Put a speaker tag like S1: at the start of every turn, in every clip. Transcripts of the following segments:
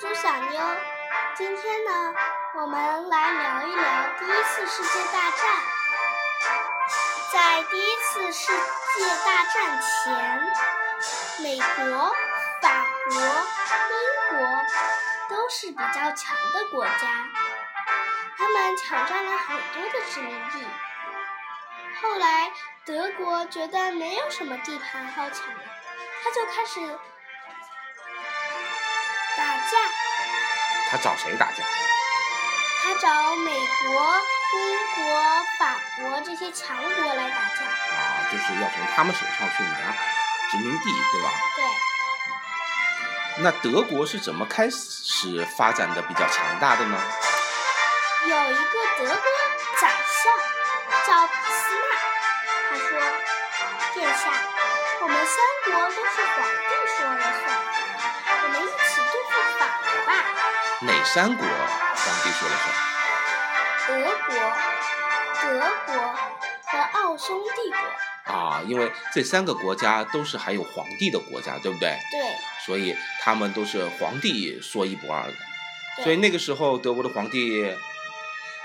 S1: 猪小妞。今天呢，我们来聊一聊第一次世界大战。在第一次世界大战前，美国、法国、英国都是比较强的国家，他们抢占了很多的殖民地。后来，德国觉得没有什么地盘好抢了，他就开始打架。
S2: 他找谁打架？
S1: 他找美国、英国、法国这些强国来打架。
S2: 啊，就是要从他们手上去拿殖民地，对吧？
S1: 对，
S2: 那德国是怎么开始发展的比较强大的呢？
S1: 有一个德国宰相叫俾斯麦，他说：“殿下，我们三国都是皇帝说了算，我们一起对付法国吧。
S2: 哪三国皇帝说了算？
S1: 德国、德国和奥匈帝国，
S2: 啊，因为这三个国家都是还有皇帝的国家，对不对？
S1: 对
S2: 所以他们都是皇帝说一不二的。
S1: 对。
S2: 所以那个时候德国的皇帝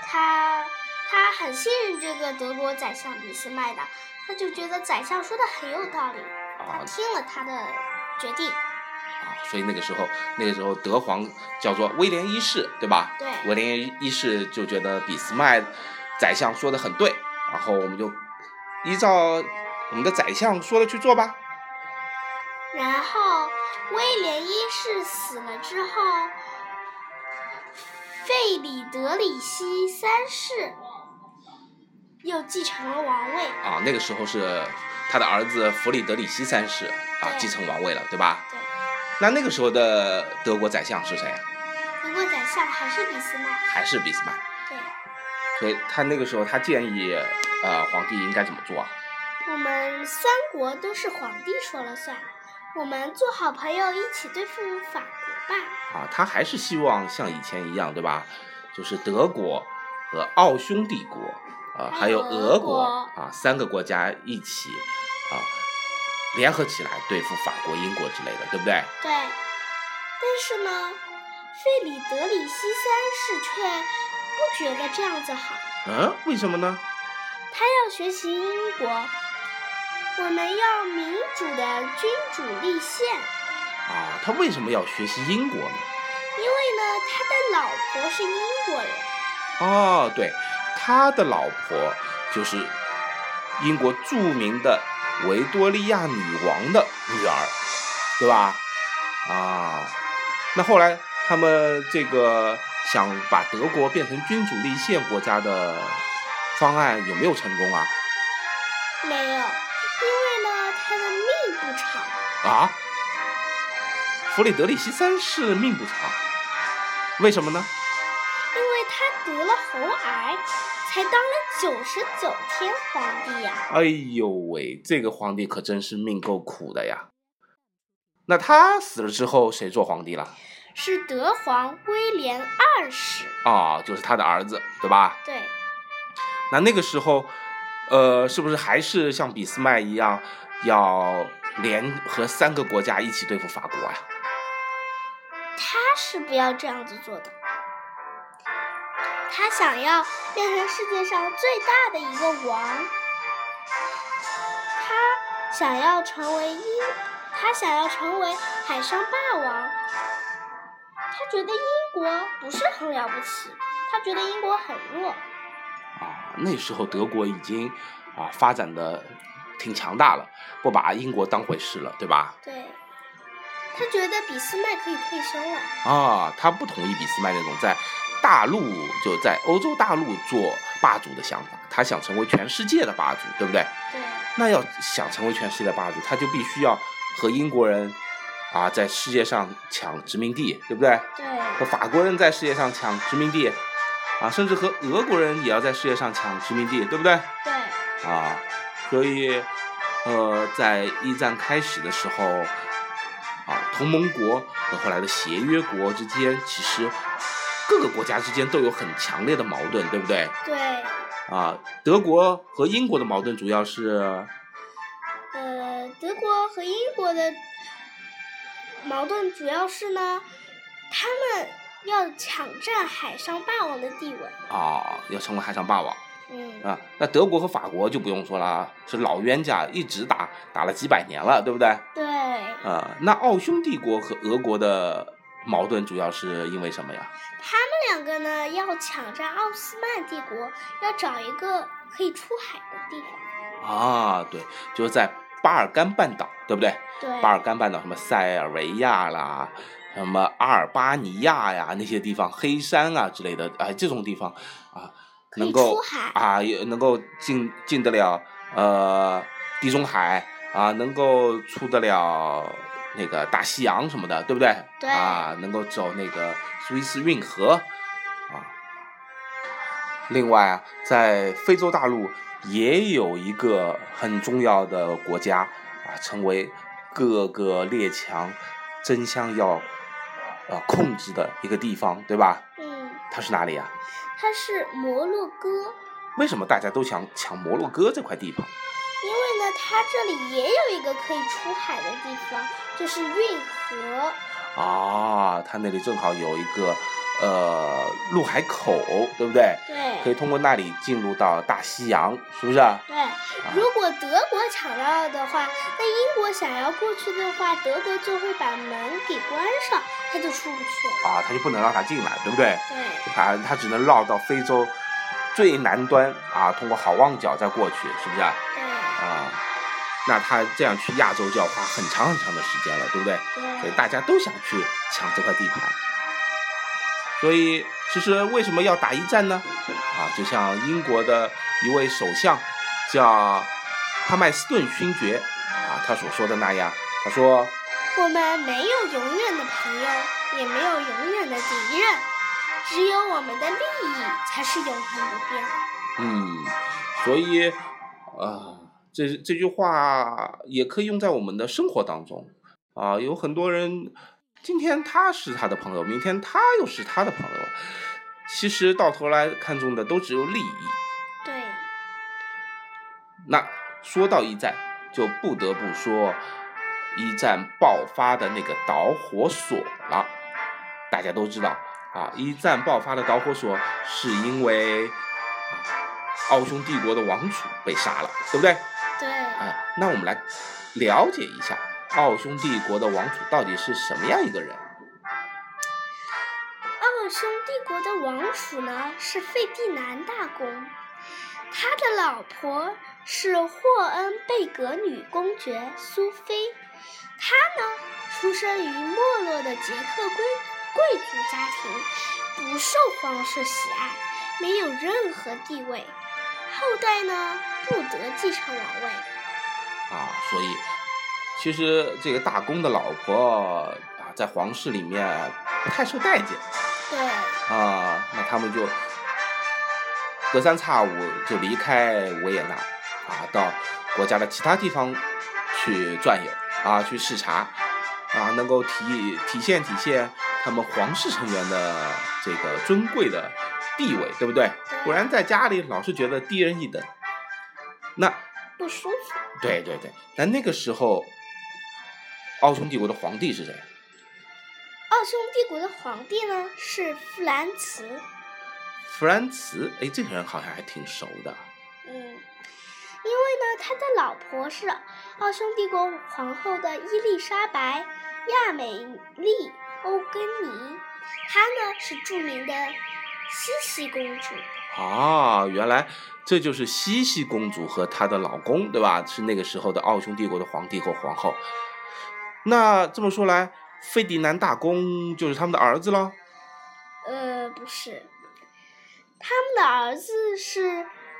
S1: 他他很信任这个德国宰相俾斯麦的，他就觉得宰相说的很有道理，他
S2: 啊
S1: 听了他的决定。
S2: 啊，所以那个时候那个时候德皇叫做威廉一世，对吧？
S1: 对
S2: 威廉一世就觉得俾斯麦宰相说的很对，然后我们就依照我们的宰相说的去做吧。
S1: 然后威廉一世死了之后，费里德里希三世又继承了王位。
S2: 啊，那个时候是他的儿子弗里德里希三世啊
S1: 对
S2: 继承王位了，对吧？
S1: 对，
S2: 那那个时候的德国宰相是谁啊？
S1: 德国宰相还是俾斯麦。
S2: 还是俾斯麦？
S1: 对，
S2: 所以他那个时候他建议呃皇帝应该怎么做啊？
S1: 我们三国都是皇帝说了算，我们做好朋友一起对付法国吧。
S2: 啊，他还是希望像以前一样，对吧？就是德国和奥匈帝国啊，还有俄
S1: 俄
S2: 国
S1: 国
S2: 啊三个国家一起啊联合起来对付法国、英国之类的，对不对？
S1: 对，但是呢，费里德里希三世却不觉得这样子好，
S2: 嗯，为什么呢？
S1: 他要学习英国，我们要民主的君主立宪，
S2: 啊，他为什么要学习英国呢？
S1: 因为呢，他的老婆是英国人，
S2: 哦，对，他的老婆就是英国著名的维多利亚女王的女儿，对吧？啊，那后来他们这个想把德国变成君主立宪国家的方案有没有成功啊？
S1: 没有，因为呢，他的命不长，
S2: 啊，弗里德里希三世命不长，为什么呢？
S1: 因为他得了喉癌，才当了九十九天皇帝啊呀、
S2: 哎呦喂，这个皇帝可真是命够苦的呀。那他死了之后，谁做皇帝了？
S1: 是德皇威廉二世。
S2: 啊、就是他的儿子，对吧？
S1: 对，
S2: 那那个时候，呃，是不是还是像俾斯麦一样，要联合三个国家一起对付法国呀、
S1: 他是不要这样子做的，他想要变成世界上最大的一个王，他想要成为英，他想要成为海上霸王。他觉得英国不是很了不起，他觉得英国很弱。
S2: 啊？那时候德国已经啊发展的挺强大了，不把英国当回事了，对吧？
S1: 对，他觉得俾斯麦可以退休了。
S2: 啊，他不同意俾斯麦那种在大陆就在欧洲大陆做霸主的想法，他想成为全世界的霸主，对不对？
S1: 对，
S2: 那要想成为全世界的霸主，他就必须要和英国人啊在世界上抢殖民地，对不对？和
S1: 对，
S2: 法国人在世界上抢殖民地，啊，甚至和俄国人也要在世界上抢殖民地，对不对？
S1: 对。
S2: 啊，所以，呃，在一战开始的时候，啊，同盟国和后来的协约国之间，其实各个国家之间都有很强烈的矛盾，对不对？
S1: 对，
S2: 啊，德国和英国的矛盾主要是
S1: 呃，德国和英国的矛盾主要是呢，他们要抢占海上霸王的地位。
S2: 啊，要成为海上霸王
S1: 嗯，
S2: 啊。那德国和法国就不用说了啊，是老冤家，一直打打了几百年了，对不对？
S1: 对，
S2: 啊，那奥匈帝国和俄国的矛盾主要是因为什么呀？
S1: 他们两个呢要抢占奥斯曼帝国，要找一个可以出海的地方。
S2: 啊，对，就是在巴尔干半岛，对不对？
S1: 对，
S2: 巴尔干半岛什么塞尔维亚啦，什么阿尔巴尼亚呀那些地方，黑山啊之类的，哎，这种地方啊，
S1: 可以
S2: 能够
S1: 出海
S2: 啊，也能够进进得了呃地中海啊，能够出得了那个大西洋什么的，对不对？
S1: 对
S2: 啊，能够走那个苏伊士运河啊。另外啊，在非洲大陆也有一个很重要的国家啊，成为各个列强争相要呃控制的一个地方，对吧？
S1: 嗯，
S2: 它是哪里啊？
S1: 它是摩洛哥，
S2: 为什么大家都想抢摩洛哥这块地方？
S1: 因为呢，它这里也有一个可以出海的地方，就是运河。
S2: 啊，它那里正好有一个呃陆海口，对不对？
S1: 对，
S2: 可以通过那里进入到大西洋，是不是啊？
S1: 对，如果德国抢到的话，那英国想要过去的话，德国就会把门给关上，他就出不去了。
S2: 啊，它就不能让它进来，对不对？
S1: 对，
S2: 它它只能绕到非洲最南端啊，通过好望角再过去，是不是啊？
S1: 对，
S2: 啊，那它这样去亚洲就要花很长很长的时间了，对不对？所
S1: 对，
S2: 以大家都想去抢这块地盘。所以，其实为什么要打一战呢？啊，就像英国的一位首相叫帕麦斯顿勋爵啊，他所说的那样，他说
S1: 我们没有永远的朋友，也没有永远的敌人，只有我们的利益才是永恒不变。
S2: 嗯，所以，呃，这这句话也可以用在我们的生活当中啊、有很多人，今天他是他的朋友，明天他又是他的朋友，其实到头来看重的都只有利益。
S1: 对，
S2: 那说到一战，就不得不说一战爆发的那个导火索了。大家都知道啊，一战爆发的导火索是因为啊奥匈帝国的王储被杀了，对不对？
S1: 对，
S2: 啊，那我们来了解一下奥匈帝国的王储到底是什么样一个人。啊
S1: 奥匈帝国的王储呢是费迪南大公，他的老婆是霍恩贝格女公爵苏菲，她呢出生于没落的捷克贵贵族家庭，不受皇室喜爱，没有任何地位，后代呢不得继承王位。
S2: 啊，所以其实这个大公的老婆啊，在皇室里面不太受待见。
S1: 对，
S2: 啊，那他们就隔三差五就离开维也纳啊，到国家的其他地方去转悠啊，去视察啊，能够体体现体现他们皇室成员的这个尊贵的地位，对不对？不然在家里老是觉得低人一等。那
S1: 不舒服。
S2: 对对对，那那个时候，奥匈帝国的皇帝是谁？
S1: 奥匈帝国的皇帝呢是弗兰茨。
S2: 弗兰茨，哎，这个人好像还挺熟的。啊
S1: 嗯，因为呢，他的老婆是奥匈帝国皇后的伊丽莎白·亚美丽·欧根尼，她呢是著名的茜茜公主。
S2: 啊，原来这就是茜茜公主和她的老公，对吧？是那个时候的奥匈帝国的皇帝和皇后。那这么说来，费迪南大公就是他们的儿子喽？
S1: 呃，不是，他们的儿子是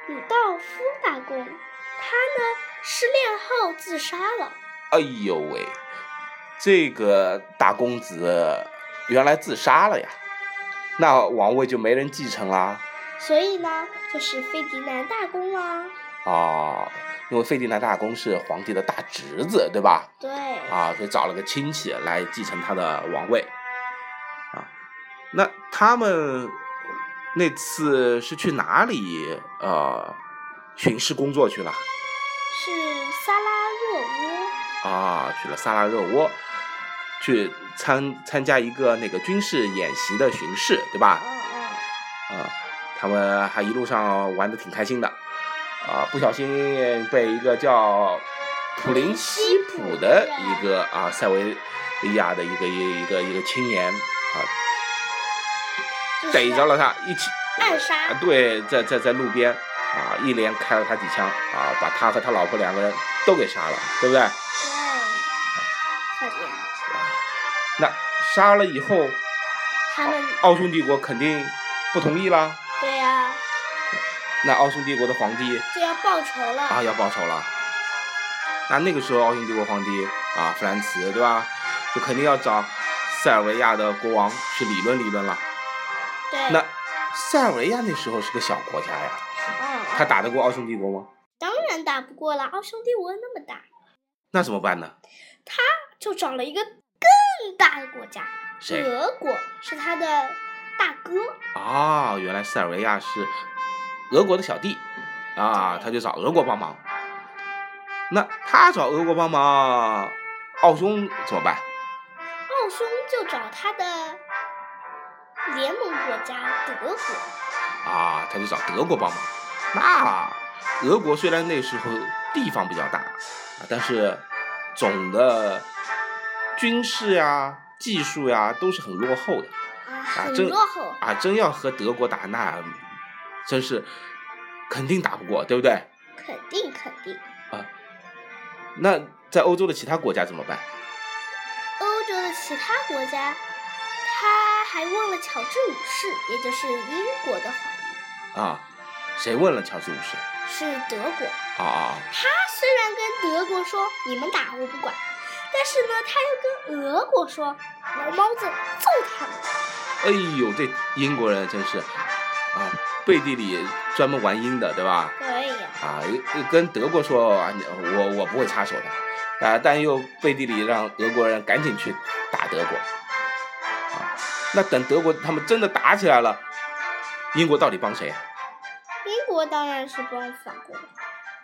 S1: 鲁道夫大公，他呢失恋后自杀了。
S2: 哎呦喂，这个大公子原来自杀了呀，那王位就没人继承啦。
S1: 所以呢，就是费迪南大公啦、
S2: 啊，因为费迪南大公是皇帝的大侄子，对吧？
S1: 对，
S2: 啊，所以找了个亲戚来继承他的王位，啊，那他们那次是去哪里呃巡视工作去了？
S1: 是萨拉热窝。
S2: 啊，去了萨拉热窝，去参参加一个那个军事演习的巡视，对吧？
S1: 嗯嗯，
S2: 啊、他们还一路上玩的挺开心的，啊，不小心被一个叫普林西普的一个啊塞维利亚的一个一个一个青年啊
S1: 就是
S2: 逮着了他，一起
S1: 暗杀
S2: 啊，对，在在在路边啊，一连开了他几枪啊，把他和他老婆两个人都给杀了，对不对？
S1: 对，
S2: 哎
S1: 可怜，
S2: 那杀了以后，
S1: 他们
S2: 奥匈帝国肯定不同意啦。
S1: 对呀、
S2: 那奥匈帝国的皇帝
S1: 就要报仇了。
S2: 啊，要报仇了。那那个时候，奥匈帝国皇帝啊，弗兰茨，对吧？就肯定要找塞尔维亚的国王去理论理论了。
S1: 对，
S2: 那塞尔维亚那时候是个小国家呀，
S1: 嗯，
S2: 他打得过奥匈帝国吗？
S1: 当然打不过了，奥匈帝国那么大，
S2: 那怎么办呢？
S1: 就找了一个更大的国家，
S2: 谁
S1: 俄国是他的大哥。
S2: 啊？原来塞尔维亚是俄国的小弟啊，
S1: 对
S2: 他就找俄国帮忙。那他找俄国帮忙，奥匈怎么办？
S1: 奥匈就找他的联盟国家德国，
S2: 啊，他就找德国帮忙。那俄国虽然那时候地方比较大啊，但是总的军事呀、技术呀、都是很落后的
S1: 啊，很
S2: 真
S1: 落后。
S2: 啊。真要和德国打，那真是肯定打不过，对不对？
S1: 肯定肯定，
S2: 那在欧洲的其他国家怎么办？
S1: 欧洲的其他国家，他还问了乔治五世，也就是英国的皇帝，
S2: 啊，谁问了乔治五世？
S1: 是德国。
S2: 啊啊
S1: 他虽然跟德国说你们打我不管，但是呢，他又跟俄国说老猫子揍他们。
S2: 哎呦，这英国人真是啊，背地里专门玩阴的，对吧？
S1: 对呀，
S2: 啊，又又跟德国说啊，你我我不会插手的，啊，但又背地里让俄国人赶紧去打德国，啊，那等德国他们真的打起来了，英国到底帮谁啊？
S1: 英国当然是帮法国了。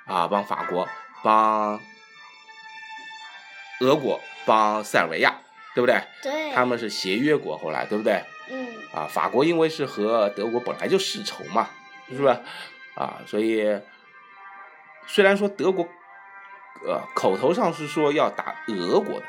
S2: 啊，帮法国，帮俄国，帮塞尔维亚，对不对？
S1: 对，
S2: 他们是协约国，后来对不对？
S1: 嗯，
S2: 啊，法国因为是和德国本来就世仇嘛，是吧？啊，所以虽然说德国，呃，口头上是说要打俄国的，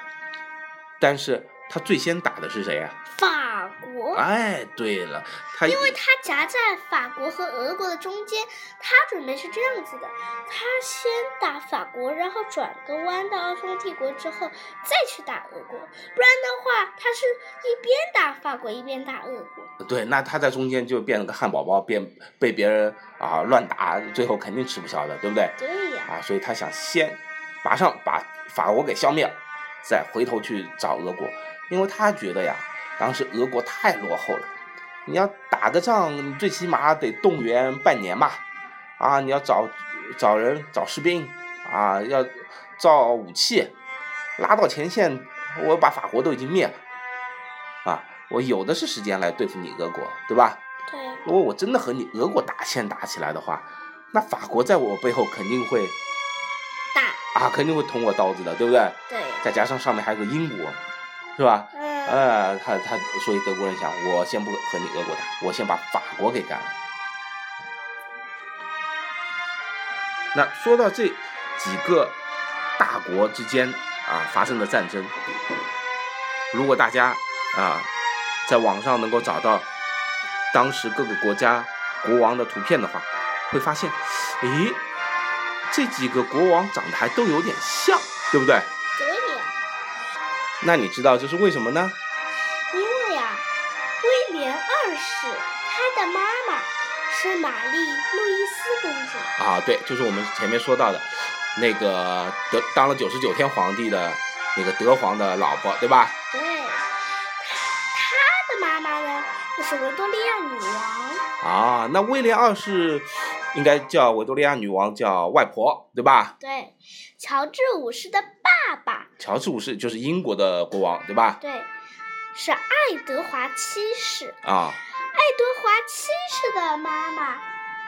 S2: 但是他最先打的是谁呀、
S1: 法国，
S2: 哎，对了，他因为
S1: 他夹在法国和俄国的中间，他准备是这样子的：他先打法国，然后转个弯到奥匈帝国之后，再去打俄国。不然的话，他是一边打法国一边打俄国。
S2: 对，那他在中间就变了个汉堡包，变被别人啊乱打，最后肯定吃不消的，对不对？
S1: 对呀、
S2: 啊，所以他想先马上把法国给消灭了，再回头去找俄国，因为他觉得呀，当时俄国太落后了，你要打个仗，你最起码得动员半年吧，啊，你要找找人找士兵啊，要造武器，拉到前线，我把法国都已经灭了，啊，我有的是时间来对付你俄国，对吧？
S1: 对呀、
S2: 如果我真的和你俄国打线打起来的话，那法国在我背后肯定会
S1: 打
S2: 啊，肯定会捅我刀子的，对不对？
S1: 对呀、
S2: 再加上上面还有个英国，是吧？
S1: 嗯，
S2: 呃，他他，所以德国人想，我先不和你俄国打，我先把法国给干了。那说到这几个大国之间啊发生的战争，如果大家啊在网上能够找到当时各个国家国王的图片的话，会发现，咦，这几个国王长得还都有点像，对不对？
S1: 对呀、
S2: 那你知道这是为什么呢？
S1: 因为啊，威廉二世他的妈妈是玛丽路易斯公主。
S2: 啊，对，就是我们前面说到的，那个德当了九十九天皇帝的那个德皇的老婆，对吧？
S1: 对，他的妈妈呢，就是维多利亚女王。
S2: 啊，那威廉二世应该叫维多利亚女王叫外婆，对吧？
S1: 对，乔治五世的爸爸，
S2: 乔治五世就是英国的国王，对吧？
S1: 对，是爱德华七世。
S2: 啊，
S1: 爱德华七世的妈妈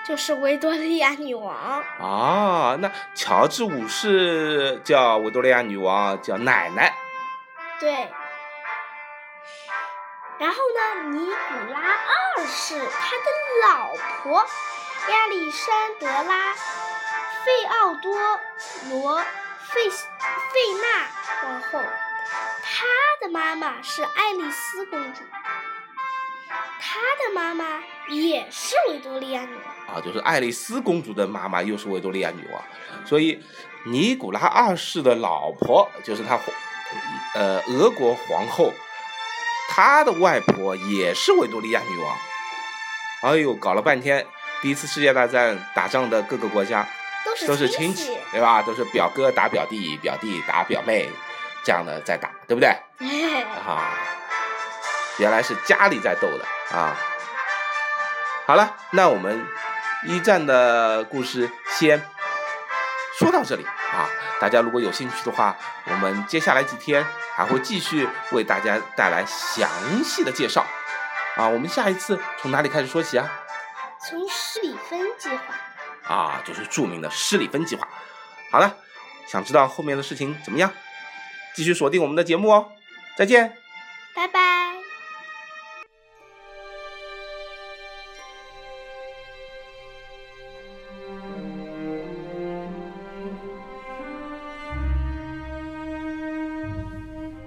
S1: 就是维多利亚女王。
S2: 啊，那乔治五世叫维多利亚女王叫奶奶
S1: 对，然后呢，尼古拉二世他的老婆亚历山德拉·费奥多罗·费费纳王后，她的妈妈是爱丽丝公主，她的妈妈也是维多利亚女王。
S2: 啊，就是爱丽丝公主的妈妈又是维多利亚女王，所以尼古拉二世的老婆就是他皇，呃，俄国皇后，她的外婆也是维多利亚女王。哎呦，搞了半天，第一次世界大战打仗的各个国家
S1: 都是
S2: 都是
S1: 亲
S2: 亲戚，对吧？都是表哥打表弟，表弟打表妹，这样的在打，对不对？
S1: 哎
S2: 啊，原来是家里在斗的啊。好了，那我们一战的故事先说到这里啊。大家如果有兴趣的话，我们接下来几天还会继续为大家带来详细的介绍啊。我们下一次从哪里开始说起啊？
S1: 从施里芬计划。
S2: 啊，就是著名的施里芬计划。好了，想知道后面的事情怎么样？继续锁定我们的节目哦。再见。